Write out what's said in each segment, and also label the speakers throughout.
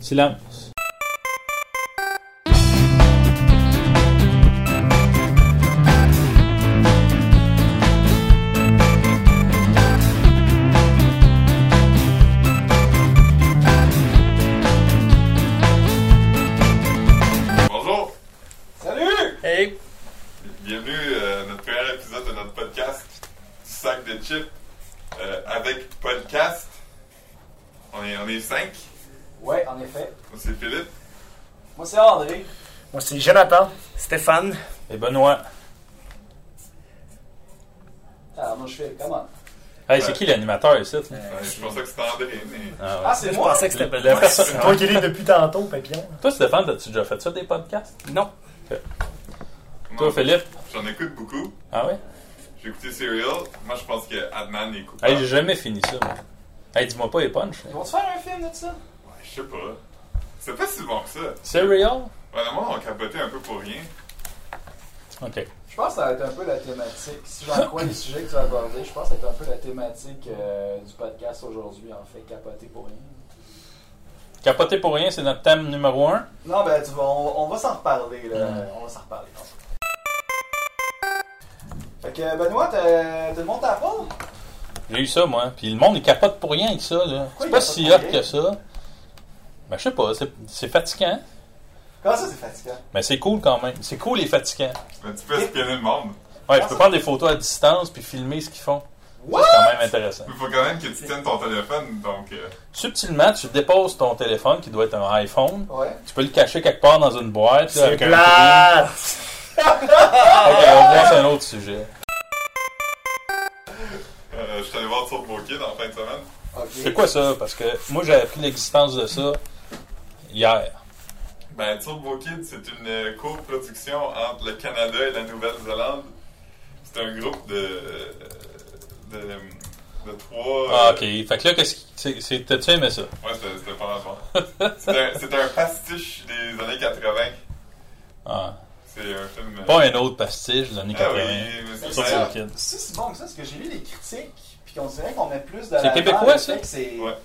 Speaker 1: Silence.
Speaker 2: Bonjour!
Speaker 3: Salut!
Speaker 4: Hey!
Speaker 2: Bienvenue euh, à notre premier épisode de notre podcast du sac de chips euh, avec podcast. On est, on est cinq.
Speaker 3: Ouais, en effet.
Speaker 2: Moi, c'est Philippe.
Speaker 3: Moi, c'est André.
Speaker 4: Moi, c'est Jonathan. Stéphane.
Speaker 1: Et Benoît.
Speaker 3: Ah, moi, je fais comment?
Speaker 1: Hey, c'est qui l'animateur ici?
Speaker 2: Euh, je pensais que c'était André, mais
Speaker 1: Ah ouais.
Speaker 3: Ah, c'est
Speaker 4: Je
Speaker 3: moi?
Speaker 4: pensais que c'était
Speaker 1: La
Speaker 4: Benoît.
Speaker 1: personne-
Speaker 5: Toi qui l'es depuis tantôt, Papillon.
Speaker 1: Toi, Stéphane, as-tu déjà fait ça des podcasts?
Speaker 4: Non.
Speaker 1: Toi, Philippe?
Speaker 2: j'en écoute beaucoup.
Speaker 1: Ah ouais?
Speaker 2: J'ai écouté Serial. Moi, je pense que Adnan écoute.
Speaker 1: Hey, j'ai jamais fini ça. moi. Hey, dis-moi pas les punchs.
Speaker 3: Ils vont-tu faire un film de ça?
Speaker 2: Ouais, je sais pas. C'est pas si bon que ça.
Speaker 1: Serial?
Speaker 2: Vraiment, on capotait un peu pour rien.
Speaker 1: Ok.
Speaker 3: Je pense que ça va être un peu la thématique. Si j'en crois les sujets que tu as abordés, je pense que ça va être un peu la thématique euh, du podcast aujourd'hui, en fait, capoter pour rien.
Speaker 1: Capoter pour rien, c'est notre thème numéro un.
Speaker 3: Non, ben, tu vas, on, on va s'en reparler, là.
Speaker 1: Mm.
Speaker 3: On va s'en reparler. je pense. Fait que, Benoît, t'as t'as le monde à fond?
Speaker 1: J'ai eu ça, moi. Puis le monde, il capote pour rien avec ça. là. C'est
Speaker 3: il
Speaker 1: pas
Speaker 3: capote
Speaker 1: si
Speaker 3: pour
Speaker 1: hot
Speaker 3: rien?
Speaker 1: que ça. Ben, je sais pas. c'est- C'est fatigant.
Speaker 3: Comment ça, c'est fatigant?
Speaker 1: Mais c'est cool quand même. C'est cool et fatigant.
Speaker 2: Mais tu peux espionner le monde.
Speaker 3: Ah,
Speaker 1: Ouais, je peux prendre des photos à distance puis filmer ce qu'ils font.
Speaker 3: What?
Speaker 1: C'est quand même intéressant.
Speaker 2: Il faut quand même que tu tiennes ton téléphone, donc... euh,
Speaker 1: Subtilement, tu déposes ton téléphone qui doit être un iPhone.
Speaker 3: Ouais.
Speaker 1: Tu peux le cacher quelque part dans une boîte. Là,
Speaker 5: C'est
Speaker 1: avec un prix.
Speaker 5: plate!
Speaker 1: Ok, on va voir, c'est un autre sujet.
Speaker 2: euh, je suis allé voir Turbo Kid en fin de semaine.
Speaker 3: Ok.
Speaker 1: C'est quoi ça? Parce que moi, j'ai appris l'existence de ça hier.
Speaker 2: Ben, Turbo Kid, c'est une euh, coproduction entre le Canada et la Nouvelle-Zélande. C'est un groupe de, de, de trois.
Speaker 1: Ah,
Speaker 2: euh,
Speaker 1: ok. Fait que là, qu'est-ce qui. c'est- c'est- T'as-tu aimé ça?
Speaker 2: Ouais, c'était c'était pas mal bon. c'est un, c'est un pastiche des années 80.
Speaker 1: Ah.
Speaker 2: C'est un film. euh,
Speaker 1: Pas un autre pastiche de l'année
Speaker 2: ah
Speaker 1: 80.
Speaker 2: oui, mais c'est
Speaker 1: Sur
Speaker 3: Ouais.
Speaker 2: ça.
Speaker 1: Turbo Kid.
Speaker 3: C'est si bon que ça, parce que j'ai lu les critiques, puis qu'on dirait qu'on met plus de
Speaker 1: C'est
Speaker 3: l'avant
Speaker 1: québécois,
Speaker 3: le
Speaker 1: ça?
Speaker 3: fait Que c'est
Speaker 2: Ouais.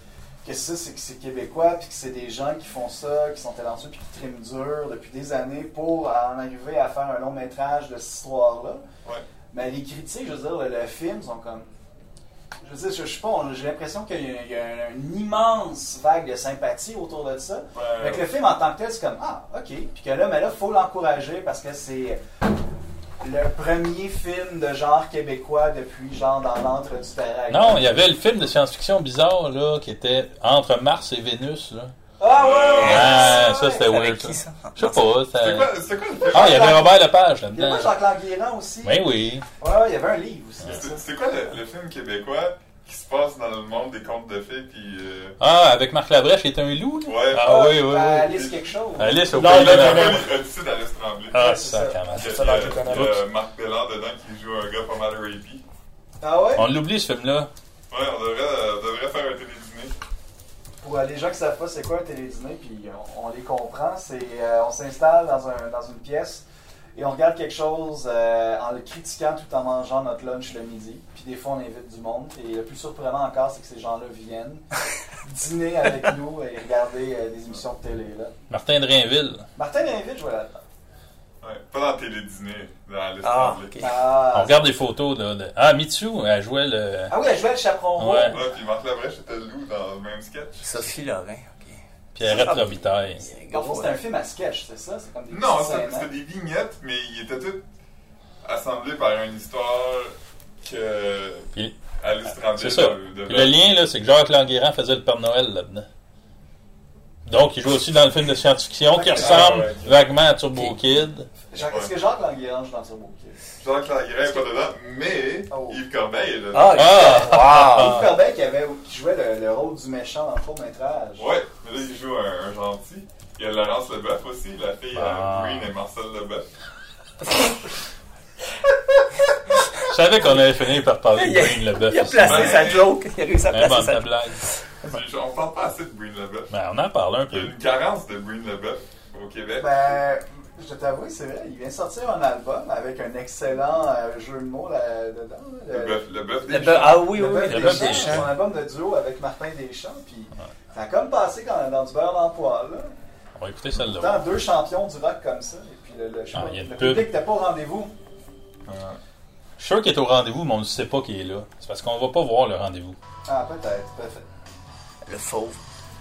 Speaker 3: que ça, c'est que c'est québécois, puis que c'est des gens qui font ça, qui sont talentueux, puis qui triment dur depuis des années pour en arriver à faire un long métrage de cette histoire-là.
Speaker 2: Ouais.
Speaker 3: Mais les critiques, je veux dire, le, le film, sont comme. Je veux dire, je, je sais pas, on- j'ai l'impression qu'il y a, il y a une immense vague de sympathie autour de ça. Fait que le film en tant que tel, c'est comme Ah, ok. Puis que là, mais là, faut l'encourager parce que c'est le premier film de genre québécois depuis genre dans l'antre du terrain.
Speaker 1: Non, il y avait le film de science-fiction bizarre, là, qui était entre Mars et Vénus, là.
Speaker 3: Ah ouais, ouais, ouais,
Speaker 1: Ah,
Speaker 3: ouais,
Speaker 1: ça,
Speaker 3: ouais.
Speaker 1: c'était
Speaker 4: Avec
Speaker 1: weird,
Speaker 4: qui,
Speaker 1: ça.
Speaker 4: ça?
Speaker 1: Je sais pas, ça-
Speaker 2: C'est
Speaker 5: Euh.
Speaker 2: quoi, c'est quoi le film?
Speaker 1: Ah, il y avait Robert Lepage
Speaker 3: Il y avait
Speaker 1: là-dedans.
Speaker 3: pas Jacques Languirand aussi.
Speaker 1: Ben oui.
Speaker 3: Ouais, ouais, il y avait un livre aussi.
Speaker 2: C'est- C'est quoi le, le film québécois qui se passe dans le monde des contes de fées, puis. euh,
Speaker 1: Ah, avec Marc Labrèche, il était un loup, là.
Speaker 2: ouais.
Speaker 1: Ah oui, oui,
Speaker 3: Ben,
Speaker 1: oui.
Speaker 3: Alice quelque chose.
Speaker 1: Alice au
Speaker 5: Non,
Speaker 1: pays de
Speaker 5: Ah, non,
Speaker 1: la-
Speaker 5: non, non.
Speaker 2: Odyssée d'Alice Tremblay.
Speaker 1: Ah,
Speaker 3: c'est ça.
Speaker 1: sacrément.
Speaker 2: Il y a-
Speaker 5: ça, là,
Speaker 2: il y a-
Speaker 5: je connais.
Speaker 2: il y a euh, Marc Bellard dedans qui joue un gars pas mal rapey.
Speaker 3: Ah ouais?
Speaker 1: On l'oublie, ce film-là.
Speaker 2: Ouais, on devrait, euh, on devrait faire un télédîner.
Speaker 3: Pour euh, les gens qui savent pas c'est quoi un télédîner, puis on, on les comprend, c'est euh, on s'installe dans, un, dans une pièce et on regarde quelque chose euh, en le critiquant tout en mangeant notre lunch le midi. Puis des fois, on invite du monde. Et le plus surprenant encore, c'est que ces gens-là viennent dîner avec nous et regarder euh, des émissions de télé. Là.
Speaker 1: Martin Drainville.
Speaker 3: Martin l'invite, je vois là-dedans.
Speaker 2: Ouais, pas dans télédîner, dans Alice
Speaker 4: Ah,
Speaker 2: Tremblay.
Speaker 4: ok.
Speaker 1: On
Speaker 3: Ah,
Speaker 1: regarde des photos, là. de- Ah, Mitsu, elle jouait le...
Speaker 3: ah oui, elle jouait le chaperon
Speaker 1: Ouais.
Speaker 3: rouge.
Speaker 2: Ouais, puis Marc Labrèche était loup dans le même sketch.
Speaker 4: Sophie Lorrain. ok.
Speaker 1: Pierrette Robitaille.
Speaker 4: C'est
Speaker 3: En fait,
Speaker 4: gros,
Speaker 3: c'est un
Speaker 4: hein.
Speaker 3: film à sketch, c'est ça? C'est comme des
Speaker 2: Non,
Speaker 3: petits
Speaker 2: c'était
Speaker 3: scènes, hein?
Speaker 2: c'était des vignettes, mais ils étaient tous assemblés par une histoire que
Speaker 1: Puis-
Speaker 2: Alice Tremblay
Speaker 1: C'est ça.
Speaker 2: devait-
Speaker 1: Puis le lien, là, c'est que Jacques Languéran faisait le Père Noël là-dedans. Donc, il joue aussi dans le film de science-fiction qui ressemble
Speaker 2: Ah, ouais, ok.
Speaker 1: vaguement à Turbo Kid.
Speaker 3: hein? Jacques- Est-ce que Jacques Languérange est dans Turbo Kid?
Speaker 2: Jacques Languerin est pas dedans, mais
Speaker 3: Oh.
Speaker 2: Yves Corbeil est dedans.
Speaker 4: Ah,
Speaker 1: Ah!
Speaker 3: Yves Corbeil qui, avait, qui jouait le, le rôle du méchant dans le court-métrage.
Speaker 2: Ouais, mais là, il joue un, un gentil. Il y a Laurence Leboeuf aussi, la fille euh,
Speaker 1: Ah.
Speaker 2: Green et Marcel Leboeuf.
Speaker 1: Je savais qu'on avait fini par parler de
Speaker 4: Il a-
Speaker 1: Green Leboeuf.
Speaker 4: Il a
Speaker 1: aussi.
Speaker 4: placé
Speaker 2: Ouais.
Speaker 4: sa joke. Il a réussi à
Speaker 1: Mais Ben,
Speaker 4: placer
Speaker 1: bon,
Speaker 4: sa
Speaker 1: ta
Speaker 4: joke.
Speaker 1: blague.
Speaker 2: Je- On parle pas assez de Green Leboeuf.
Speaker 1: Ben, on en parle un
Speaker 2: Il y a
Speaker 1: peu.
Speaker 2: une carence de Green Leboeuf au Québec.
Speaker 3: Ben, Je dois t'avouer, c'est vrai, il vient de sortir un album avec un excellent euh, jeu de mots là-dedans. là,
Speaker 2: Le bœuf, le bœuf
Speaker 4: Le
Speaker 2: des
Speaker 4: bœuf-
Speaker 2: champs.
Speaker 4: ah oui, oui,
Speaker 3: Le
Speaker 4: oui,
Speaker 3: Bœuf
Speaker 4: le
Speaker 3: des
Speaker 4: bœuf
Speaker 3: Champs,
Speaker 4: des champs.
Speaker 3: Son album de duo avec Martin Deschamps, puis ça a comme passé quand, dans du beurre dans le poil. Là.
Speaker 1: On va écouter celle-là.
Speaker 3: Pourtant, deux champions du rock comme ça, et puis le, le, je sais
Speaker 1: Ah,
Speaker 3: pas,
Speaker 1: il y a une
Speaker 3: le
Speaker 1: pub.
Speaker 3: public n'était pas au rendez-vous.
Speaker 2: Ah.
Speaker 1: Je suis sûr qu'il est au rendez-vous, mais on ne sait pas qu'il est là. C'est parce qu'on va pas voir le rendez-vous.
Speaker 3: Ah, peut-être, tout à fait.
Speaker 4: Le fauve.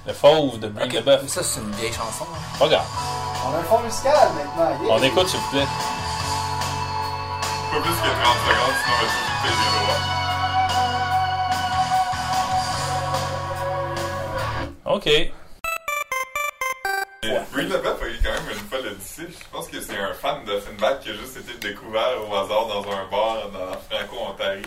Speaker 1: Le fauve de Bring
Speaker 4: Ok,
Speaker 1: the Buff.
Speaker 4: Ça, c'est une vieille chanson. hein.
Speaker 1: Pas grave.
Speaker 3: On a un fond musical maintenant. yeah!
Speaker 1: On écoute, s'il vous plaît.
Speaker 2: Pas plus que 30 secondes, sinon on va tout payer les droits.
Speaker 1: OK.
Speaker 2: Et Breed the Buff a eu quand même une fois le disciple. Je pense que c'est un fan de Finback qui a juste été découvert au hasard dans un bar dans la Franco-Ontario.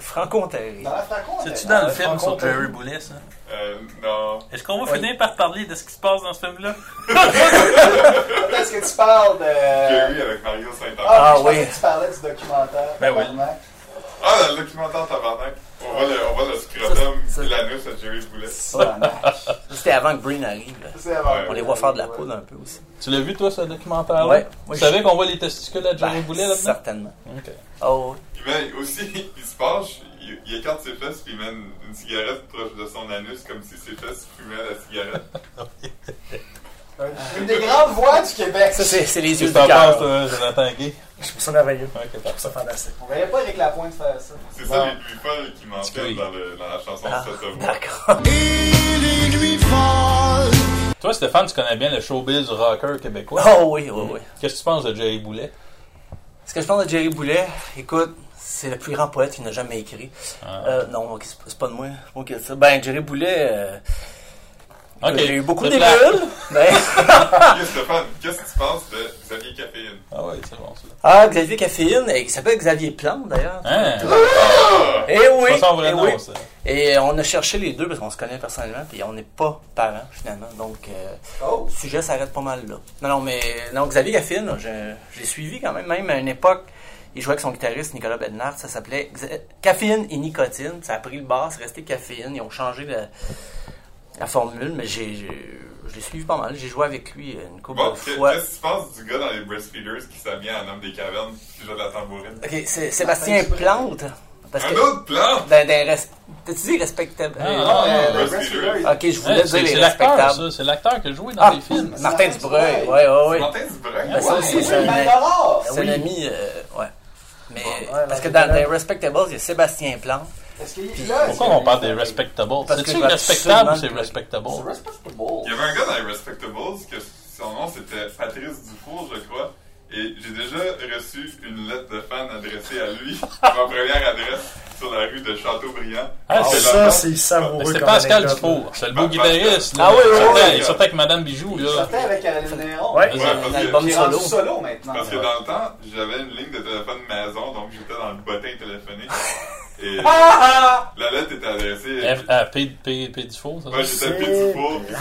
Speaker 4: Franco-Ontario.
Speaker 3: Dans la Franco, on
Speaker 6: C'est-tu
Speaker 3: est-
Speaker 6: dans
Speaker 4: Euh,
Speaker 3: on
Speaker 6: le
Speaker 3: est
Speaker 6: film sur
Speaker 3: franco-ontario.
Speaker 6: Jerry Boulet, ça?
Speaker 2: Euh, non.
Speaker 6: Est-ce qu'on va finir par parler de ce qui se passe dans ce film-là?
Speaker 3: Peut-être que tu parles de.
Speaker 2: Jerry avec Mario Saint-Ange. Ah,
Speaker 3: Ah,
Speaker 4: Ah
Speaker 3: je pensais
Speaker 4: oui.
Speaker 3: que tu parlais du documentaire.
Speaker 6: Ben oui.
Speaker 3: tabarnak.
Speaker 2: Ah, le documentaire tabarnak. On voit le, on voit le scrotum
Speaker 4: Ça, ça-
Speaker 2: et l'anus à Jerry Boulet.
Speaker 3: Tabarnak.
Speaker 4: C'était avant que Breen arrive. là.
Speaker 3: C'est avant.
Speaker 2: Ouais.
Speaker 4: On les voit faire de la
Speaker 3: Ouais.
Speaker 4: poudre un peu aussi.
Speaker 1: Tu l'as vu, toi, ce documentaire-là?
Speaker 4: Ouais.
Speaker 1: Tu
Speaker 4: Moi,
Speaker 1: savais
Speaker 4: je-
Speaker 1: qu'on voit les testicules à Jerry
Speaker 4: Ben,
Speaker 1: Boulet là-dedans?
Speaker 4: Certainement.
Speaker 1: OK.
Speaker 4: Oh,
Speaker 2: Mais aussi, il se penche, il, il écarte ses fesses puis il met une, une cigarette proche de son anus comme si ses fesses fumaient la cigarette.
Speaker 3: Euh, Une des grandes voix du Québec.
Speaker 4: ça, c'est c'est les yeux
Speaker 1: Qu'est-ce que
Speaker 4: du
Speaker 1: t'en penses,
Speaker 4: cœur.
Speaker 1: toi, Jonathan Gay?
Speaker 5: Je trouve ça merveilleux.
Speaker 1: Ouais, que
Speaker 5: Je trouve ça fantastique.
Speaker 3: On voyait pas Eric Lapointe faire ça.
Speaker 2: C'est
Speaker 3: Bon.
Speaker 2: ça les lui folles qui
Speaker 1: Oui.
Speaker 2: m'entendent dans, le- dans la chanson
Speaker 4: Ah,
Speaker 2: de cette voix.
Speaker 4: D'accord.
Speaker 1: Toi, Stéphane, tu connais bien le showbiz rocker québécois.
Speaker 4: Oh oui, oui, oui.
Speaker 1: Qu'est-ce que tu penses de Jerry Boulet?
Speaker 4: Ce que je pense de Jerry Boulet, écoute, c'est le plus grand poète qu'il n'a jamais écrit. Euh, non, ok, c'est pas- c'est pas de moi. C'est moi qui ai dit ça. Ben, Jerry Boulet, euh,
Speaker 1: Ah. OK.
Speaker 4: j'ai eu beaucoup
Speaker 1: C'est
Speaker 4: de
Speaker 1: plat.
Speaker 4: bulles. Ben,
Speaker 2: Qu'est-ce que Stéphane, qu'est-ce que tu penses de Xavier Caféine?
Speaker 1: Ah ouais, c'est bon, ça.
Speaker 4: ah, Xavier Caféine, et il s'appelle Xavier Plante d'ailleurs.
Speaker 1: Hein?
Speaker 2: Ah!
Speaker 4: Eh oui!
Speaker 1: C'est pas son vrai
Speaker 4: eh
Speaker 1: nom,
Speaker 4: oui.
Speaker 1: ça.
Speaker 4: Et on a cherché les deux parce qu'on se connaît personnellement, puis on n'est pas parents finalement. Donc, euh,
Speaker 3: Oh!
Speaker 4: le sujet s'arrête pas mal là. Non, non, mais non, Xavier Gaffin, là, je, je l'ai suivi quand même. Même à une époque, il jouait avec son guitariste Nicolas Bednard. Ça s'appelait Xa- Caféine et Nicotine. Ça a pris le bar, c'est resté Caféine. Ils ont changé la, la formule, mais j'ai, j'ai- je l'ai suivi pas mal. J'ai joué avec lui une couple
Speaker 2: Bon,
Speaker 4: de
Speaker 2: que-
Speaker 4: fois.
Speaker 2: qu'est-ce que tu penses du gars dans les Breastfeeders qui s'habille en homme des cavernes qui joue de la tambourine?
Speaker 4: Ok, c'est Sébastien
Speaker 3: Attends, je-
Speaker 4: Plante. Parce
Speaker 2: Un
Speaker 4: que.
Speaker 2: autre plan!
Speaker 4: d'un- d'un res- T'as-tu dit respectable?
Speaker 1: Ah, non,
Speaker 4: Euh,
Speaker 3: Euh,
Speaker 1: non.
Speaker 3: le
Speaker 2: Breastfeeder.
Speaker 3: Breastfeeder,
Speaker 4: Ok,
Speaker 3: il-
Speaker 4: je
Speaker 1: Hein,
Speaker 4: voulais
Speaker 1: c'est-
Speaker 4: dire
Speaker 1: c'est
Speaker 4: les
Speaker 1: l'acteur,
Speaker 4: respectables.
Speaker 1: ça. C'est l'acteur qui a joué dans
Speaker 4: Ah,
Speaker 1: les films.
Speaker 4: Martin Dubreuil, ouais, ouais, ouais.
Speaker 2: Martin Dubreuil?
Speaker 4: Ben, ça aussi,
Speaker 3: Oui,
Speaker 4: c'est Ah un-
Speaker 3: Marie Laure.
Speaker 4: C'est un ami, euh, ouais. Mais
Speaker 5: ouais,
Speaker 4: parce
Speaker 5: la
Speaker 4: que dans
Speaker 5: Révélation.
Speaker 4: les Respectables, il y a Sébastien Plante.
Speaker 3: Est-ce qu'il est là?
Speaker 1: Pourquoi on parle des respectables?
Speaker 4: Parce que je
Speaker 1: C'est-tu
Speaker 4: veux
Speaker 1: respectable ou c'est
Speaker 4: absolument-
Speaker 1: respectable?
Speaker 3: C'est respectable.
Speaker 2: Il y avait un gars dans les Respectables que son nom c'était Patrice Dufour, je crois. Et j'ai déjà reçu une lettre de fan adressée à lui, ma première adresse sur la rue de Châteaubriand.
Speaker 1: Ah,
Speaker 2: Et
Speaker 1: c'est
Speaker 2: là-
Speaker 5: Ça, c'est
Speaker 1: Mais
Speaker 5: savoureux
Speaker 1: C'est
Speaker 5: comme
Speaker 1: Pascal
Speaker 5: anecdote, là.
Speaker 1: Dufour. C'est le beau
Speaker 2: Ah,
Speaker 1: guitariste. là.
Speaker 4: Ah oui, oui,
Speaker 1: Il sortait-
Speaker 2: oui.
Speaker 1: Il sortait avec Madame Bijoux,
Speaker 3: Il
Speaker 1: là.
Speaker 3: sortait avec Aline Néron.
Speaker 5: Ouais.
Speaker 3: Il
Speaker 2: Ouais,
Speaker 1: c'est un
Speaker 2: parce
Speaker 4: Un
Speaker 2: que-
Speaker 4: album
Speaker 3: est rendu
Speaker 4: solo.
Speaker 3: solo maintenant.
Speaker 2: Parce que dans le temps, j'avais une ligne de téléphone maison, donc j'étais dans le bottin téléphonique. Et la lettre était adressée.
Speaker 1: F- ah, P, P, P Dufour, ça?
Speaker 2: Moi,
Speaker 1: ça?
Speaker 2: j'étais petit pour, puis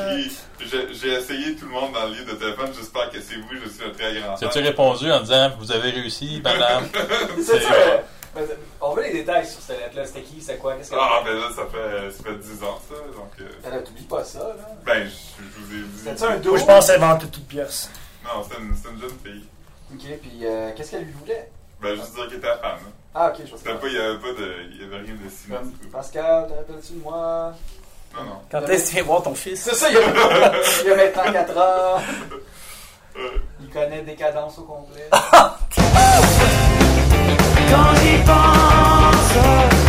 Speaker 2: c'était écrit. j'ai- J'ai essayé tout le monde dans le livre de téléphone, j'espère que c'est vous, je suis un très grand
Speaker 1: As-tu
Speaker 2: fan.
Speaker 1: répondu en disant vous avez réussi, madame?
Speaker 3: C'est
Speaker 1: C'est-
Speaker 3: ça. euh, mais, euh, On veut les détails sur cette lettre-là. C'était qui? C'est quoi? Qu'est-ce que.
Speaker 2: Ah, ben là, ça fait, ça fait 10 ans, ça. Donc, euh,
Speaker 3: Ben là, T'oublies pas ça, là.
Speaker 2: ben, je, je vous ai dit.
Speaker 3: C'était un dos.
Speaker 5: Moi, je pense inventer toute pièce.
Speaker 2: Non, c'était une, c'était une jeune fille.
Speaker 3: Ok, puis euh, qu'est-ce qu'elle lui voulait?
Speaker 2: Ben, juste dire qu'elle était femme. hein.
Speaker 3: Ah, ok, je pense
Speaker 2: C'était pas, il y avait pas de, il y avait rien de
Speaker 3: Comme,
Speaker 2: sinistre.
Speaker 3: Pascal, te rappelles-tu de moi?
Speaker 2: Non, non.
Speaker 4: Quand est-ce que tu viens voir ton fils?
Speaker 3: C'est ça, il y, a, il y a maintenant 4 ans.
Speaker 2: Euh,
Speaker 3: Il connaît des cadences au complet.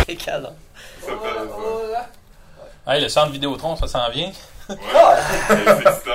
Speaker 4: C'est calant.
Speaker 2: ça
Speaker 3: Oh,
Speaker 2: fait, ça.
Speaker 3: là.
Speaker 1: Hey, le centre Vidéotron, ça s'en vient.
Speaker 3: oh.
Speaker 2: Ouais. C'est excitant.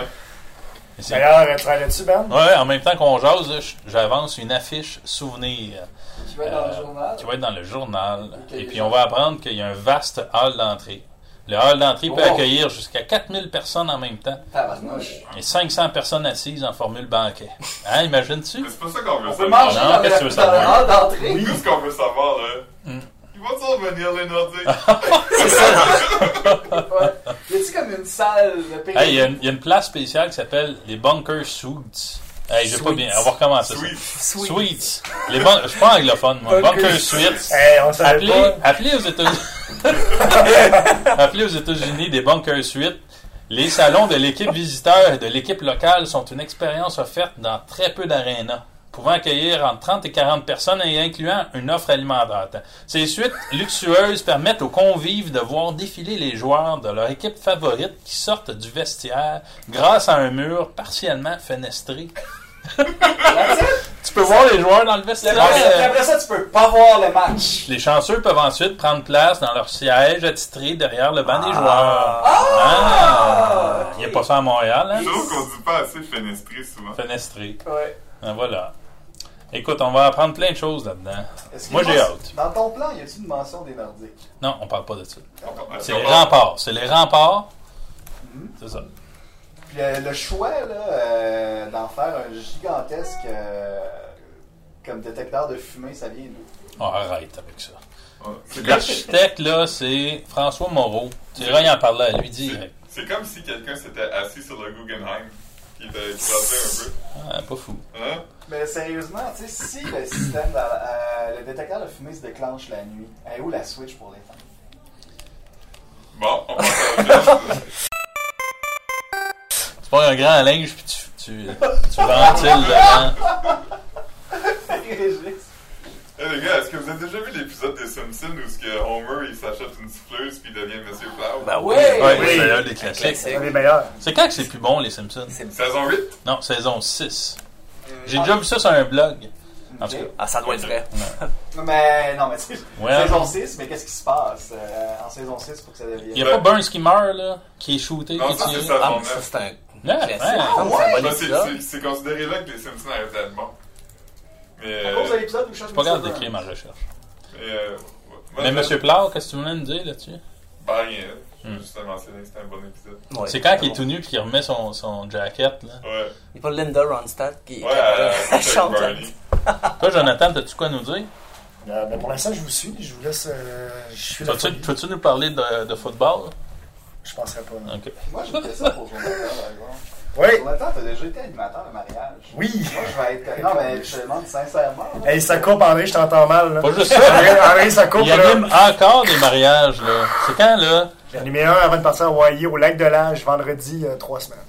Speaker 1: Et c'est-
Speaker 5: D'ailleurs, tu travailles là-dessus, Ben?
Speaker 1: Ouais, en même temps qu'on jase, là, j- j'avance une affiche souvenir
Speaker 3: Qui va être dans le
Speaker 1: Euh,
Speaker 3: journal.
Speaker 1: qui va être dans le journal.
Speaker 3: Ok,
Speaker 1: Et
Speaker 3: les
Speaker 1: puis
Speaker 3: gens.
Speaker 1: on va apprendre qu'il y a un vaste hall d'entrée. Le hall d'entrée peut
Speaker 3: Wow.
Speaker 1: accueillir jusqu'à 4000 personnes en même temps
Speaker 3: Tabarnouche.
Speaker 1: et 500 personnes assises en formule banquet. Hein, imagines-tu?
Speaker 2: Mais c'est pas ça qu'on veut
Speaker 3: On peut
Speaker 2: savoir.
Speaker 3: manger
Speaker 1: Non,
Speaker 3: dans,
Speaker 1: qu'est-ce que
Speaker 3: la,
Speaker 1: tu veux
Speaker 3: dans le
Speaker 1: savoir?
Speaker 3: hall d'entrée.
Speaker 2: Nous, ce qu'on veut savoir, là.
Speaker 1: Hmm.
Speaker 2: Ils vont-tu revenir, les
Speaker 1: Ah,
Speaker 2: Nordiques?
Speaker 3: Ouais. Y a-tu comme une salle de
Speaker 1: Hey, euh, il y, a une- il y a une place spéciale qui s'appelle les Bunker Suites. Hey, j'ai pas
Speaker 4: Suites.
Speaker 1: bien. On va recommencer ça.
Speaker 2: Sweet.
Speaker 1: Suites. Les bun- Je suis pas anglophone, moi.
Speaker 4: Bunker
Speaker 1: Bunker Suites.
Speaker 5: Hey, Eh, on savait
Speaker 1: Appelez,
Speaker 5: pas.
Speaker 1: appelez aux États-Unis. appelez aux États-Unis des Bunker Suites. Les salons de l'équipe visiteur et de l'équipe locale sont une expérience offerte dans très peu d'arénas, pouvant accueillir entre 30 et 40 personnes et incluant une offre alimentaire. Ces suites luxueuses permettent aux convives de voir défiler les joueurs de leur équipe favorite qui sortent du vestiaire grâce à un mur partiellement fenestré. tu peux voir les joueurs dans le vestiaire.
Speaker 3: Après après ça, tu peux pas voir le match.
Speaker 1: Les chanceux peuvent ensuite prendre place dans leur siège attitré derrière le banc des joueurs. Ah! Il n'y a pas ça à Montréal, hein?
Speaker 2: Je trouve qu'on dit pas assez fenestré souvent.
Speaker 1: Fenestré.
Speaker 3: Ouais.
Speaker 1: Ah, voilà. Écoute, on va apprendre plein de choses là-dedans.
Speaker 3: Est-ce que
Speaker 1: Moi, j'ai
Speaker 3: dans-
Speaker 1: hâte.
Speaker 3: Dans ton plan, y a-t-il une mention des Nordiques
Speaker 1: Non, on parle pas de ça. C'est
Speaker 2: Ah,
Speaker 1: les
Speaker 2: bon.
Speaker 1: remparts. C'est les remparts.
Speaker 3: Mhm.
Speaker 1: C'est ça.
Speaker 3: Puis euh, le choix là, euh, d'en faire un gigantesque euh, comme détecteur de fumée, ça vient d'où
Speaker 1: On Ah, arrête avec ça.
Speaker 2: Ouais. C'est comme-
Speaker 1: L'architecte, là, c'est François Moreau. Tu diras, il en parlait à lui direct.
Speaker 2: C'est comme si quelqu'un s'était assis sur le Guggenheim, qui était écrasé
Speaker 1: Ah, pas fou.
Speaker 2: un peu. Hein?
Speaker 3: Mais sérieusement, tu sais, si le système, de- euh, le détecteur de fumée se déclenche la nuit, elle est où la switch pour les temps
Speaker 2: Bon, on passe à autre chose.
Speaker 1: Tu prends un grand à linge puis tu, tu, tu ventiles devant.
Speaker 2: Eh les gars, est-ce que vous avez déjà vu l'épisode des Simpsons où ce que Homer il s'achète une souffleuse puis il devient Monsieur Flower?
Speaker 4: Ben oui!
Speaker 1: Ouais,
Speaker 5: Oui.
Speaker 1: c'est un des classiques.
Speaker 5: C'est un des meilleurs.
Speaker 1: C'est quand que c'est plus bon, les Simpsons?
Speaker 2: Saison 8?
Speaker 1: Non, saison 6.
Speaker 3: Ah.
Speaker 1: J'ai déjà vu ça sur un blog. En tout
Speaker 3: Ok.
Speaker 4: Ah, ça doit être vrai.
Speaker 3: Mais non, mais tu sais,
Speaker 1: Ouais. hein.
Speaker 3: saison 6, mais qu'est-ce qui se passe euh, en saison 6 pour que ça
Speaker 1: Il n'y
Speaker 3: devienne.
Speaker 1: a pas Burns qui meurt, là, qui est shooté,
Speaker 2: Non,
Speaker 1: qui
Speaker 2: ça
Speaker 1: est
Speaker 2: c'est
Speaker 1: tiré.
Speaker 4: Ah,
Speaker 2: saison
Speaker 4: mais ça,
Speaker 2: 9.
Speaker 4: c'est un
Speaker 1: Ouais, ouais.
Speaker 4: classique. Ça me semble que c'est un bon
Speaker 2: Ça, c'est-
Speaker 4: épisode.
Speaker 2: c'est- C'est considéré là que les Simpsons arrêtaient de bon. Mais.
Speaker 3: À
Speaker 2: euh,
Speaker 3: cause de l'épisode où je cherche
Speaker 1: Pas grave
Speaker 3: Mr.
Speaker 1: d'écrire ma
Speaker 3: Burns.
Speaker 1: recherche.
Speaker 2: mais, euh, ouais.
Speaker 1: Mais
Speaker 2: Moi,
Speaker 1: Monsieur Plow, qu'est-ce que tu voulais me dire là-dessus?
Speaker 2: Ben rien. Je
Speaker 1: Hmm.
Speaker 2: vais juste mentionner que c'était un bon épisode.
Speaker 4: Ouais.
Speaker 1: C'est quand
Speaker 4: C'est
Speaker 1: qu'il est
Speaker 4: bon.
Speaker 1: tout nu puis qu'il remet son, son jacket, là.
Speaker 2: Ouais.
Speaker 4: Il n'y a pas Linda Ronstadt qui
Speaker 2: Ouais, euh,
Speaker 4: elle
Speaker 2: c'est
Speaker 4: chante. hein.
Speaker 2: Bernie.
Speaker 1: Toi, Jonathan, t'as-tu quoi à nous dire?
Speaker 5: Euh, ben, pour l'instant, je vous suis. Je vous laisse. euh, je suis la
Speaker 1: Peux-tu
Speaker 5: folie.
Speaker 1: peux-tu nous parler de, de football?
Speaker 5: Je penserais pas. non.
Speaker 1: Ok.
Speaker 3: Moi, j'ai une question pour Jonathan, par exemple.
Speaker 5: Oui.
Speaker 3: Jonathan, t'as déjà été animateur de mariage.
Speaker 5: Oui.
Speaker 3: Moi, je vais être. euh, Non, mais je te demande sincèrement. là.
Speaker 5: Hey, ça coupe, André, je t'entends mal. Là.
Speaker 1: Pas juste ça.
Speaker 5: André, André, ça coupe.
Speaker 1: Il
Speaker 5: Là.
Speaker 1: anime encore des mariages, là. C'est quand, là?
Speaker 5: J'ai animé un avant de partir à Hawaii au lac de l'Age vendredi, il y a trois semaines.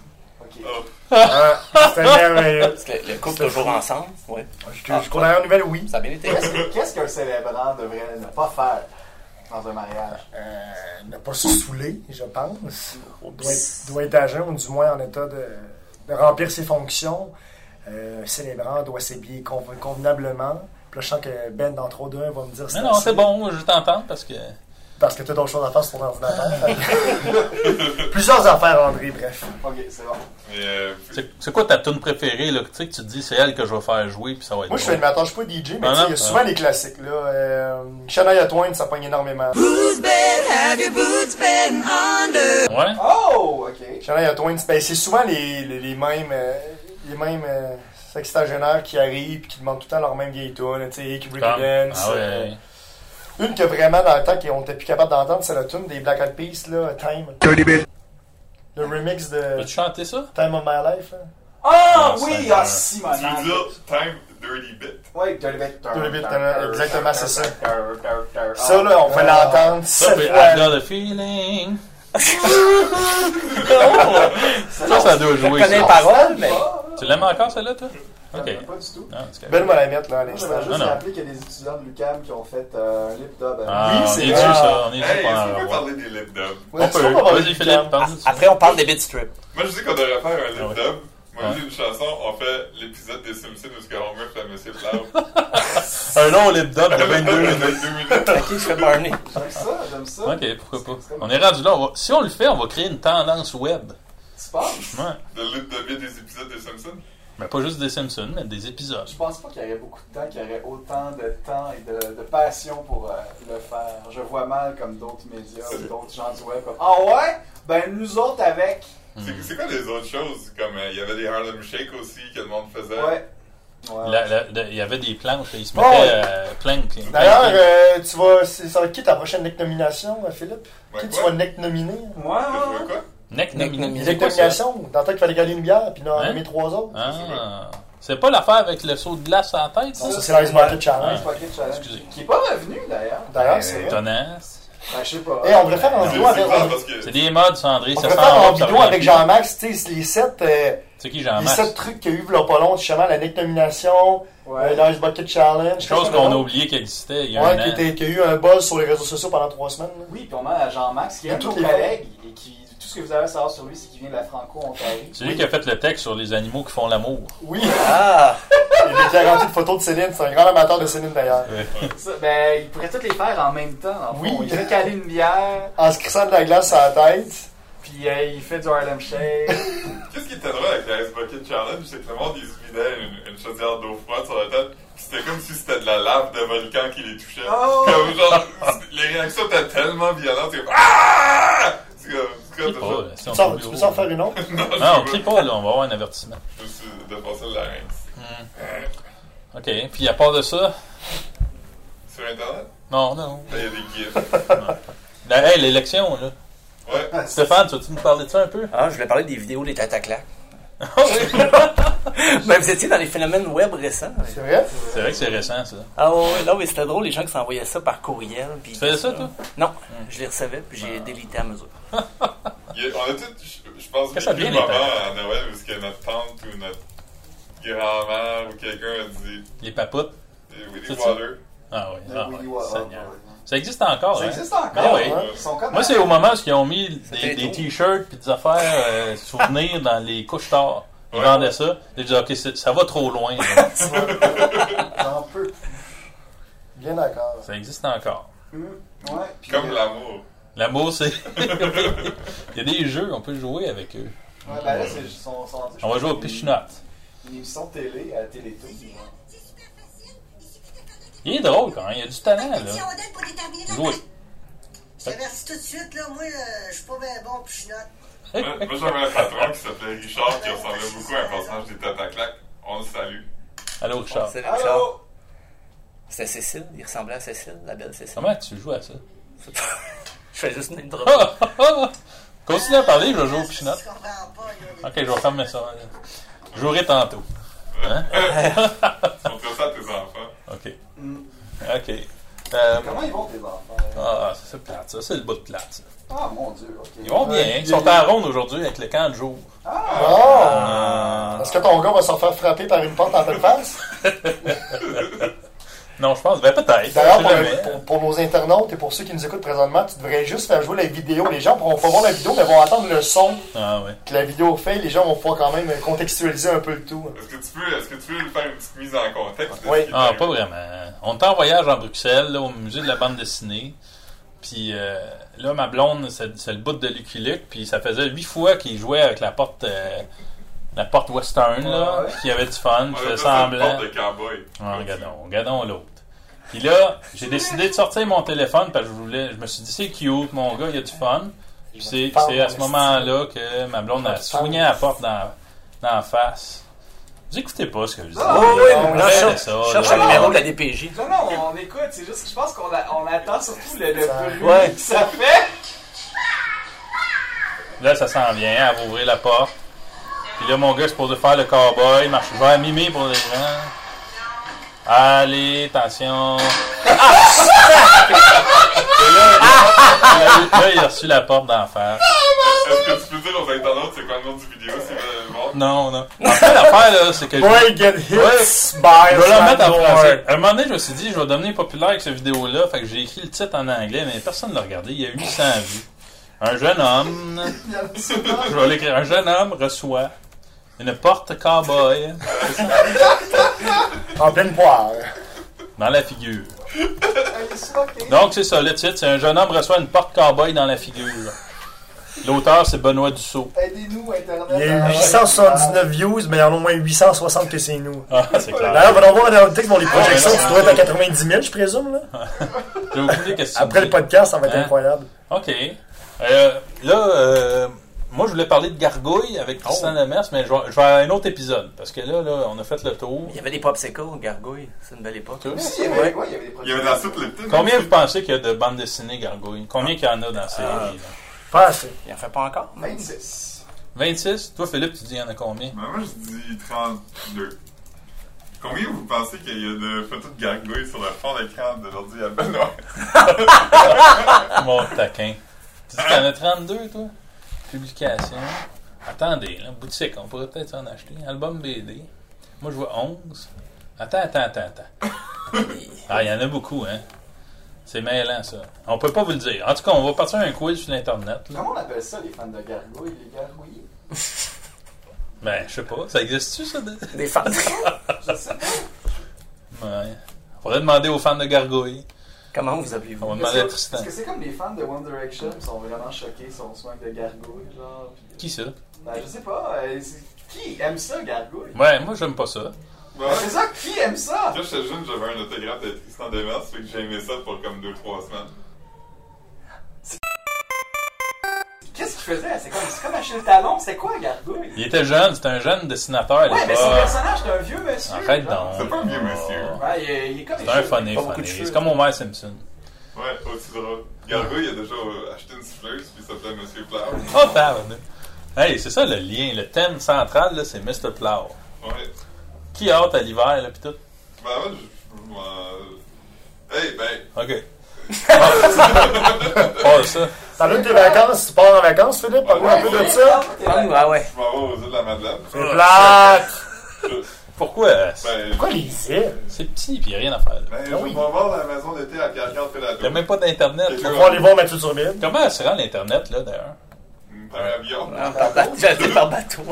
Speaker 3: Ok.
Speaker 2: Oh.
Speaker 5: Ah, C'était merveilleux.
Speaker 4: Parce que le couple toujours ensemble, ouais.
Speaker 5: Je, je cours derrière une nouvelle, oui.
Speaker 4: Ça a bien été.
Speaker 3: Qu'est-ce que- Qu'est-ce qu'un célébrant devrait ne pas faire dans un mariage?
Speaker 5: Euh, ne pas se saouler, je pense.
Speaker 1: Oh,
Speaker 5: Doit être, doit être agent, ou du moins en état de, de remplir ses fonctions. Euh, un célébrant doit s'habiller con- convenablement. Puis là, je sens que Ben, dans trop d'un, va me dire
Speaker 1: Mais non, c'est bon, je t'entends parce que.
Speaker 5: Parce que tu as d'autres choses à faire sur ton ordinateur. Plusieurs affaires, André, bref.
Speaker 3: Ok, c'est bon.
Speaker 2: Mais. euh,
Speaker 1: C'est c'est quoi ta tune préférée, là? que Tu sais, que tu te dis, c'est elle que je vais faire jouer puis ça va être
Speaker 5: Moi, je suis
Speaker 1: drôle.
Speaker 5: animateur, je suis pas DJ,
Speaker 1: Ah
Speaker 5: mais tu sais,
Speaker 1: non?
Speaker 5: il y a souvent les classiques. Là. Euh, Shania Twain, ça pogne énormément.
Speaker 1: Ouais?
Speaker 3: Oh, ok.
Speaker 5: Shania Twain, c'est ben, c'est souvent les, les, les mêmes, euh, les mêmes euh, sextagénaires qui arrivent et qui demandent tout le temps leur même vieille tune, tu sais, qui
Speaker 1: Ah,
Speaker 5: Dance.
Speaker 1: ah
Speaker 5: euh,
Speaker 1: ouais.
Speaker 5: Une que vraiment dans le temps qu'on était plus capable d'entendre, c'est la tune des Black Eyed Peas, là, Time. Le remix de
Speaker 1: Peux-tu chanter ça?
Speaker 5: Time of My Life, là.
Speaker 3: Ah
Speaker 1: Ah,
Speaker 3: oui,
Speaker 1: ça,
Speaker 3: ah
Speaker 1: euh,
Speaker 3: si, mon
Speaker 2: Tu veux
Speaker 3: âme.
Speaker 2: dire Time Dirty Bit?
Speaker 3: Oui, Dirty Bit.
Speaker 5: Dirty Bit, euh, exactement, c'est ça.
Speaker 3: ça.
Speaker 5: Ça, là, on
Speaker 3: Euh,
Speaker 5: peut l'entendre
Speaker 1: Ah. Ça,
Speaker 5: sept
Speaker 1: puis
Speaker 5: fois.
Speaker 1: I got a feeling. Ça,
Speaker 3: non,
Speaker 1: ça doit
Speaker 4: Je
Speaker 1: jouer.
Speaker 4: connais les
Speaker 1: ça.
Speaker 4: paroles, mais.
Speaker 1: Tu l'aimes encore, celle-là, toi? Ok.
Speaker 3: Ok. Pas du tout.
Speaker 1: Ah, c'est correct.
Speaker 5: Belle moi Ben, la mettre, là, à
Speaker 3: Moi,
Speaker 5: l'instant.
Speaker 3: J'avais juste
Speaker 1: non.
Speaker 3: rappelé qu'il y a des étudiants de l'UCAM qui ont fait euh, un lip dub.
Speaker 1: Ah,
Speaker 5: Oui,
Speaker 1: on
Speaker 5: c'est
Speaker 1: est dû,
Speaker 5: vrai.
Speaker 1: ça. On est dû
Speaker 2: Hey,
Speaker 1: pour
Speaker 2: est-ce qu'on
Speaker 1: en
Speaker 2: peut
Speaker 1: avoir.
Speaker 2: parler des lip dubs?
Speaker 1: On peut. Vas-y, Philippe, parle-nous de ça.
Speaker 4: Ah, Après, on parle des bitstrips.
Speaker 2: Moi, je dis qu'on devrait faire un lip
Speaker 1: Ah ouais.
Speaker 2: dub. Moi,
Speaker 1: Ouais.
Speaker 2: j'ai une chanson, on fait l'épisode des Simpsons où ce que Homer fait à Monsieur Flower.
Speaker 1: Un long lip dub de 22
Speaker 2: 22
Speaker 1: minutes.
Speaker 2: minutes.
Speaker 4: Ok, je fais Barney.
Speaker 3: J'aime ça, j'aime ça.
Speaker 1: Ok, pourquoi pas. On est rendu là. on va- Si on le fait, on va créer une tendance web.
Speaker 3: Tu penses?
Speaker 1: Ouais.
Speaker 2: Le lip dub des épisodes des Simpsons.
Speaker 1: Mais pas juste des Simpsons, mais des épisodes.
Speaker 3: Je pense pas qu'il y aurait beaucoup de temps, qu'il y aurait autant de temps et de, de passion pour euh, le faire. Je vois mal comme d'autres médias ou d'autres gens du web comme Ah ouais? Ben nous autres avec.
Speaker 1: Hmm.
Speaker 2: C'est c'est quoi les autres choses? Comme euh, il y avait des Harlem Shake aussi que le monde faisait.
Speaker 3: Ouais. Ouais.
Speaker 1: Ben. La- la- la- Il y avait des planches, ils se
Speaker 5: Bon.
Speaker 1: mettaient euh, plank. plank.
Speaker 5: D'ailleurs, euh, tu vas, c'est- ça va être qui ta prochaine NEC nomination, euh, Philippe?
Speaker 2: Ouais,
Speaker 5: qui tu
Speaker 2: quoi?
Speaker 5: vas NEC nominer?
Speaker 3: Moi,
Speaker 2: T'as joué quoi?
Speaker 1: Neck
Speaker 4: Neck
Speaker 1: nomini-
Speaker 4: nomini-
Speaker 1: c'est
Speaker 5: NEC
Speaker 1: quoi ça?
Speaker 5: nomination? Dans le temps qu'il fallait gagner une bière, puis en
Speaker 1: Hein?
Speaker 5: nommer trois autres.
Speaker 1: Ah. C'est pas l'affaire avec le saut de glace à la tête, ça?
Speaker 5: Non, ça, c'est l'Ice Bucket Challenge.
Speaker 3: Ice Bucket Challenge.
Speaker 1: Excusez.
Speaker 3: Qui est pas revenu d'ailleurs.
Speaker 5: D'ailleurs, Ah, c'est vrai.
Speaker 1: Étonnant.
Speaker 3: Ben, je sais pas.
Speaker 5: Eh, on devrait faire en
Speaker 2: C'est
Speaker 5: vidéo avec,
Speaker 2: bizarre
Speaker 5: on,
Speaker 2: parce que
Speaker 1: C'est des modes, Sandré.
Speaker 5: on
Speaker 1: Ça sent
Speaker 5: devrait faire en
Speaker 1: l'autre, ça
Speaker 5: vidéo
Speaker 1: revient
Speaker 5: avec
Speaker 1: plus.
Speaker 5: Jean-Max, tu sais, les sept, euh,
Speaker 1: C'est qui, jean
Speaker 5: les
Speaker 1: marc
Speaker 5: sept trucs qu'il y a eu v'là pas long, justement, la Nick nomination,
Speaker 3: Ouais.
Speaker 5: le Nice Bucket Challenge.
Speaker 1: Chose
Speaker 5: qu'est-ce
Speaker 1: qu'on a
Speaker 5: a
Speaker 1: oublié qu'il existait il y a
Speaker 5: Ouais,
Speaker 1: un
Speaker 5: qui,
Speaker 1: an.
Speaker 5: était, qui a eu un buzz sur les réseaux sociaux pendant trois semaines. là.
Speaker 3: Oui, puis on a Jean-Max qui
Speaker 5: Il y a
Speaker 3: est un de
Speaker 5: tous
Speaker 3: nos
Speaker 5: les
Speaker 3: collègues et qui, tout ce que vous avez à savoir sur lui, c'est qu'il vient de la Franco-Ontario.
Speaker 1: C'est lui qui a fait le texte sur les animaux qui font l'amour.
Speaker 5: Oui,
Speaker 4: Ah!
Speaker 5: il a garanti de photos de Céline, c'est un grand amateur de Céline d'ailleurs.
Speaker 3: Ça, ben, il pourrait toutes les faire en même temps. dans le
Speaker 5: Oui.
Speaker 3: fond. Il fait caler une bière,
Speaker 5: En se crissant de la glace à la tête.
Speaker 3: puis euh, il fait du Harlem Shake.
Speaker 2: Qu'est-ce qui était drôle avec la Ice Bucket Challenge? C'est que le monde, ils se vidaient une, une chaudière d'eau froide sur la tête. puis C'était comme si c'était de la lave de volcan qui les touchait.
Speaker 5: Ah
Speaker 3: Oh!
Speaker 2: Comme genre, les réactions étaient tellement violentes. C'est comme, Ah! C'est comme, c'est
Speaker 1: Crie
Speaker 2: comme
Speaker 1: pas,
Speaker 2: toujours-
Speaker 1: là, si
Speaker 5: Tu
Speaker 1: on Ah
Speaker 5: peux en-
Speaker 1: fait
Speaker 5: tu
Speaker 1: le
Speaker 5: peux
Speaker 1: gros.
Speaker 5: en faire une autre?
Speaker 1: Non, on crie pas, là, on va avoir un avertissement.
Speaker 2: Je me suis dépassé le larynx.
Speaker 1: OK, puis à part de ça,
Speaker 2: Sur Internet, Ah,
Speaker 1: non, non.
Speaker 2: il y a des gifs.
Speaker 1: La- hey, l'élection, là.
Speaker 2: Ouais.
Speaker 1: Stéphane, tu veux-tu nous parler de ça un peu?
Speaker 4: Ah, je voulais parler des vidéos des tataclacs. ben, vous étiez dans les phénomènes web récents. hein.
Speaker 5: C'est vrai?
Speaker 1: C'est vrai que c'est récent, ça.
Speaker 4: Ah ouais, ouais, non, mais c'était drôle, les gens qui s'envoyaient ça par courriel. Puis
Speaker 1: Tu faisais ça, toi? Hmm. Ah.
Speaker 4: Non, je les recevais, puis j'ai délité à mesure.
Speaker 2: Il y a- on a tous, je- je pense,
Speaker 1: Qu'est-ce que ça
Speaker 2: vécu le
Speaker 1: vient,
Speaker 2: moment
Speaker 1: les
Speaker 2: à Noël où ce que notre tante ou notre grand-mère ou quelqu'un a dit
Speaker 1: Les papoutes.
Speaker 2: des Willy
Speaker 1: C'est ça.
Speaker 2: Water.
Speaker 1: Ah oui,
Speaker 3: Le
Speaker 1: ah
Speaker 3: Willy
Speaker 1: oui,
Speaker 3: Wah-
Speaker 1: Seigneur.
Speaker 3: ouais.
Speaker 1: Ça existe encore,
Speaker 3: Ça
Speaker 1: hein?
Speaker 3: existe encore.
Speaker 1: Ah oui.
Speaker 3: hein? Ils sont comme
Speaker 1: Moi, c'est au moment où ils ont mis
Speaker 4: C'était
Speaker 1: des, des
Speaker 4: tôt.
Speaker 1: t-shirts puis des affaires euh, souvenirs dans les couches tard. Ils
Speaker 2: Ouais.
Speaker 1: vendaient ça. Ils disaient, OK, c'est- ça va trop loin. là.
Speaker 3: J'en peux. plus.
Speaker 5: Bien d'accord.
Speaker 1: ça existe encore.
Speaker 3: Hum, Ouais. puis,
Speaker 2: Comme
Speaker 3: euh,
Speaker 2: l'amour.
Speaker 1: L'amour, c'est. Il y a des jeux, on peut jouer avec eux.
Speaker 3: Ouais, ben là, c'est ils sont, sont rendus-
Speaker 1: On va jouer au Pichinot.
Speaker 3: Une émission télé à Télétoon.
Speaker 1: Il est drôle quand même, il a du talent,
Speaker 7: Si on
Speaker 1: là.
Speaker 7: donne pour déterminer la
Speaker 1: Jouer.
Speaker 7: Je t'avertis tout de suite, là, moi, euh, je suis pas bien bon, puis je note.
Speaker 1: Eh,
Speaker 2: Moi, moi, j'avais un patron qui s'appelait Richard qui ressemblait beaucoup à un personnage des Tataclac. On le salue.
Speaker 1: Allô, Richard.
Speaker 4: C'est Richard.
Speaker 3: Allô?
Speaker 4: C'était Cécile, il ressemblait à Cécile, la belle Cécile.
Speaker 1: Comment tu joues à ça?
Speaker 4: Je fais juste une drôle.
Speaker 1: Ah! Continue à parler, je vais jouer au Pichinot.
Speaker 7: Je comprends pas, là.
Speaker 1: Ok, je vais fermer ça. là. Je jouerai tantôt. Hein?
Speaker 2: On fait ça à tes enfants.
Speaker 1: Ok.
Speaker 3: Mm.
Speaker 1: Ok. Euh,
Speaker 3: Ben, Comment ils vont tes enfants?
Speaker 1: ah, ça, c'est plate, ça. C'est le bout de plate, ça.
Speaker 3: Ah mon dieu, ok.
Speaker 1: Ils vont bien. Ils sont en ronde aujourd'hui avec le camp de jour.
Speaker 5: Oh!
Speaker 1: Ah.
Speaker 5: Est-ce que ton gars va se faire frapper par une porte en pleine face?
Speaker 1: Non, je pense. Ben, peut-être.
Speaker 5: D'ailleurs,
Speaker 1: On
Speaker 5: pour,
Speaker 1: sait jamais.
Speaker 5: pour- pour nos internautes et pour ceux qui nous écoutent présentement, tu devrais juste faire jouer la vidéo. Les gens pourront pas voir la vidéo, mais vont entendre le son
Speaker 1: Ah, ouais.
Speaker 5: que la vidéo fait. Les gens vont pouvoir quand même contextualiser un peu le tout.
Speaker 2: Est-ce que tu peux, est-ce que tu veux faire une petite mise en contexte? de
Speaker 5: Oui.
Speaker 2: ce qui est
Speaker 1: Ah,
Speaker 2: arrivé?
Speaker 1: pas vraiment. On était en voyage en Bruxelles, là, au musée de la bande dessinée. Puis euh, là, ma blonde, c'est c'est le bout de Lucky Luke. Puis ça faisait huit fois qu'il jouait avec la porte, euh, la porte western, là.
Speaker 3: Ouais.
Speaker 1: Puis il y avait du fun,
Speaker 2: On
Speaker 1: puis il
Speaker 2: appelle
Speaker 1: faisait
Speaker 2: ça une
Speaker 1: semblant.
Speaker 2: porte de cowboy.
Speaker 1: Ah, regardons, regardons l'autre. Puis là, j'ai décidé de sortir mon téléphone parce que je voulais. Je me suis dit, c'est cute, mon gars, il a du fun. Puis c'est c'est à ce moment-là que ma blonde a soigné la porte dans, dans la face. Vous écoutez pas ce que je dis.
Speaker 3: Ah,
Speaker 4: Oh, oui,
Speaker 5: non,
Speaker 4: mais
Speaker 5: non,
Speaker 4: là,
Speaker 1: c'est
Speaker 4: cherche,
Speaker 1: ça, Ah,
Speaker 4: cherche
Speaker 1: là.
Speaker 4: le numéro de la DPJ.
Speaker 3: Non, non, on écoute, c'est juste que je pense qu'on a- on attend surtout le, le bruit
Speaker 4: Ouais.
Speaker 3: que ça fait.
Speaker 1: Là, ça s'en vient, elle va ouvrir la porte. Puis là, mon gars, c'est de faire le cowboy, marche vers Mimi pour les gens. Allez, attention. Ah! Et là, là, là, il a reçu la porte d'en face.
Speaker 2: Est-ce que tu peux dire aux internautes c'est quoi le nom du vidéo s'ils veulent le voir?
Speaker 1: Non, non. En fait, l'affaire, là, c'est que je-
Speaker 5: Boy get hit
Speaker 1: Ouais.
Speaker 5: by
Speaker 1: Je vais la mettre en
Speaker 5: Sandor.
Speaker 1: français. À un moment donné, je me suis dit, je vais devenir populaire avec cette vidéo-là. Fait que j'ai écrit le titre en anglais, mais personne ne l'a regardé. Il y a 800 vues. Un jeune homme. je vais l'écrire. Un jeune homme reçoit une porte cowboy
Speaker 5: En pleine poire.
Speaker 1: dans la figure.
Speaker 3: Elle est choquée.
Speaker 1: Donc, c'est ça, le titre. C'est un jeune homme reçoit une porte cowboy dans la figure. L'auteur, c'est Benoît Dussault.
Speaker 3: Aidez-nous, Internet.
Speaker 5: Il y
Speaker 3: à-
Speaker 5: a eu 879 views, mais il y en a au moins 860 que c'est nous.
Speaker 1: Ah, c'est clair.
Speaker 5: D'ailleurs, va voir dans le texte dans les projections, tu dois être à 90 000, je présume. Là.
Speaker 1: J'ai oublié qu'est-ce que tu
Speaker 5: Après
Speaker 1: me
Speaker 5: le
Speaker 1: dis.
Speaker 5: podcast, ça va être
Speaker 1: Hein?
Speaker 5: incroyable.
Speaker 1: OK. Euh, là, euh, moi, je voulais parler de gargouille avec Tristan Lemers, mais je vais, je vais à un autre épisode. Parce que là, là, on a fait le tour.
Speaker 4: Il y avait des popsicles, gargouilles, c'est une belle époque.
Speaker 1: Tous.
Speaker 3: Il y avait quoi? Il y avait des
Speaker 2: Il y avait de la soupe leptine.
Speaker 1: Combien vous pensez qu'il y a de bandes dessinées gargouilles? Combien qu'il y en a dans ces série? là?
Speaker 5: Pas assez.
Speaker 4: Il en fait pas encore. mais-
Speaker 3: 26.
Speaker 1: 26? Toi, Philippe, tu dis il y en a combien?
Speaker 2: Mais moi, je dis 32. Combien vous pensez qu'il y a de photos de gargouilles sur le fond d'écran de l'ordi à Benoît?
Speaker 1: Mon taquin. Tu dis que t'en as 32, toi? Publication. Attendez, là, boutique, on pourrait peut-être en acheter. Album BD. Moi, je vois 11. Attends, attends, attends, attends. Ah, il y en a beaucoup, hein? C'est mêlant, ça. On peut pas vous le dire. En tout cas, on va partir un quiz sur l'Internet. là.
Speaker 3: Comment on appelle ça, les fans de gargouilles, les gargouilles?
Speaker 1: Ben, je sais pas. Ça existe-tu, ça? de-
Speaker 4: Des fans.
Speaker 1: Ouais. Faudrait demander aux fans de Gargouille.
Speaker 4: Comment vous appelez-vous
Speaker 1: On va demander à
Speaker 3: Est-ce que-
Speaker 1: Tristan.
Speaker 3: est-ce que c'est comme les fans de One Direction qui sont vraiment choqués sur le swag de gargouilles, genre? puis-
Speaker 1: Qui ça?
Speaker 3: Ben, je sais pas. euh, c'est- qui aime ça, gargouille?
Speaker 1: Ouais, moi, j'aime pas ça.
Speaker 2: Bon,
Speaker 3: Ben, c'est ça, qui aime ça?
Speaker 2: quand j'étais jeune, j'avais un autographe de Tristan Demers, fait que j'ai aimé ça pour comme 2-3 semaines.
Speaker 3: Qu'est-ce qu'il faisait? C'est comme, c'est comme Achille Talon, c'est quoi, gargouille?
Speaker 1: Il était jeune, c'était un jeune dessinateur à
Speaker 3: Ouais, mais son
Speaker 1: l'époque.
Speaker 3: personnage, c'est un vieux monsieur.
Speaker 1: Arrête
Speaker 3: genre.
Speaker 1: donc.
Speaker 2: C'est pas un vieux monsieur.
Speaker 3: Ouais, il est, il est comme
Speaker 1: C'est un
Speaker 3: échoué.
Speaker 1: funny,
Speaker 4: Pas beaucoup de
Speaker 1: funny.
Speaker 4: cheveux.
Speaker 1: C'est comme Homer Simpson.
Speaker 2: Ouais, aussi drôle. Gargouille a déjà euh, acheté une souffleuse, puis il s'appelait Monsieur Flower.
Speaker 1: Oh, pardon. Hey, c'est ça le lien. Le thème central, là, c'est Mr. Plow.
Speaker 2: Ouais.
Speaker 1: Qui a hâte à l'hiver, là, pis tout?
Speaker 2: Ben, moi, je. moi, euh, Hey, ben,
Speaker 1: OK. Oh, ça.
Speaker 5: Parle-nous de tes vacances. Tu pars en vacances, Philippe? Parle-nous un peu de ça.
Speaker 4: Parle-nous, Ah ouais.
Speaker 2: je m'en vais aux îles de la Madeleine.
Speaker 5: C'est plate.
Speaker 1: Pourquoi? euh, c'est-
Speaker 2: Ben,
Speaker 5: Pourquoi les îles?
Speaker 1: C'est petit, pis y a rien à faire, là.
Speaker 2: ben, je vais voir la maison d'été à Pierre-Carl Péladeau.
Speaker 1: Y'a même pas d'Internet, là.
Speaker 5: On va aller voir Mathieu Turbide.
Speaker 1: Comment se rend l'Internet, là, d'ailleurs?
Speaker 2: Mm, Par avion.
Speaker 4: Ah, par bateau. J'ai été par bateau.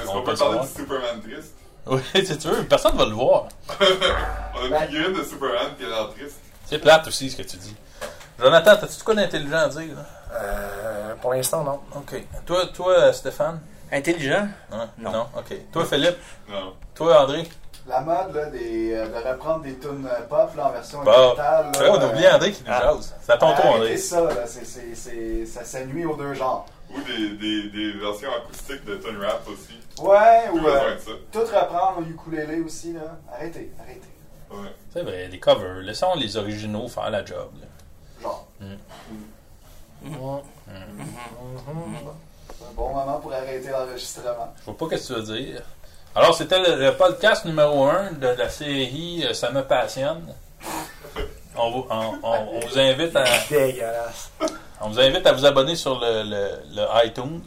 Speaker 2: Est-ce
Speaker 1: On
Speaker 2: qu'on
Speaker 1: peut
Speaker 2: peut
Speaker 1: le
Speaker 2: parler
Speaker 1: savoir.
Speaker 2: de Superman triste?
Speaker 1: Oui, si tu veux, personne va le voir.
Speaker 2: On a une figurine de Superman qui a l'air triste.
Speaker 1: C'est plate aussi, ce que tu dis. Jonathan, t'as-tu de quoi d'intelligent à dire, là?
Speaker 5: Euh, pour l'instant, non.
Speaker 1: OK. Toi, toi Stéphane?
Speaker 4: Intelligent.
Speaker 1: Hein?
Speaker 4: Non. Euh,
Speaker 1: OK. Toi, Philippe?
Speaker 2: Non.
Speaker 1: Toi, André?
Speaker 3: La mode là, des, euh, de reprendre des tunes euh, pop là, en version
Speaker 1: Bon.
Speaker 3: originale.
Speaker 1: Ouais, on hein. a oublié André qui nous
Speaker 4: ah.
Speaker 1: jase. C'est à ton tour, André.
Speaker 3: C'est ça, là, c'est- c'est- c'est- ça, ça nuit aux deux genres.
Speaker 2: Ou des, des, des versions acoustiques de Tone Rap aussi.
Speaker 3: Ouais,
Speaker 2: Plus
Speaker 3: ou
Speaker 2: besoin
Speaker 3: euh,
Speaker 2: de ça.
Speaker 3: tout reprendre au ukulélé aussi. Là. Arrêtez, arrêtez.
Speaker 2: Ouais.
Speaker 1: C'est vrai, les covers. Laissons les originaux faire la job. là.
Speaker 3: Genre,
Speaker 5: Mhm.
Speaker 3: c'est Mm-hmm. un bon moment pour arrêter l'enregistrement.
Speaker 1: Je vois pas ce que tu veux dire. Alors, c'était le, le podcast numéro 1 de la série euh, Ça me passionne. On vous, on- on- on vous invite à,
Speaker 5: Dégueulasse.
Speaker 1: on vous invite à vous abonner sur le, le- le iTunes.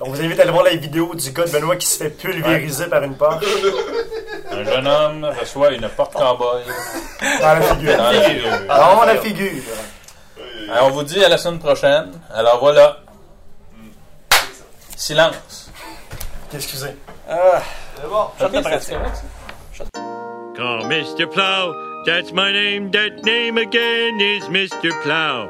Speaker 5: On vous invite à aller voir la vidéo du gars de Benoît qui se fait pulvériser par une poche
Speaker 1: Un jeune homme reçoit une porte cowboy
Speaker 5: dans la figure.
Speaker 1: dans la figure.
Speaker 5: Dans la figure.
Speaker 2: Ouais,
Speaker 1: Alors, on vous dit à la semaine prochaine. Alors voilà. Silence.
Speaker 5: Excusez.
Speaker 4: Ah,
Speaker 3: C'est bon.
Speaker 4: ça
Speaker 1: Ok,
Speaker 4: me
Speaker 1: c'est
Speaker 4: pratique.
Speaker 1: correct, ça?
Speaker 8: Call Mr. Plow. That's my name. That name again is Mr. Plow.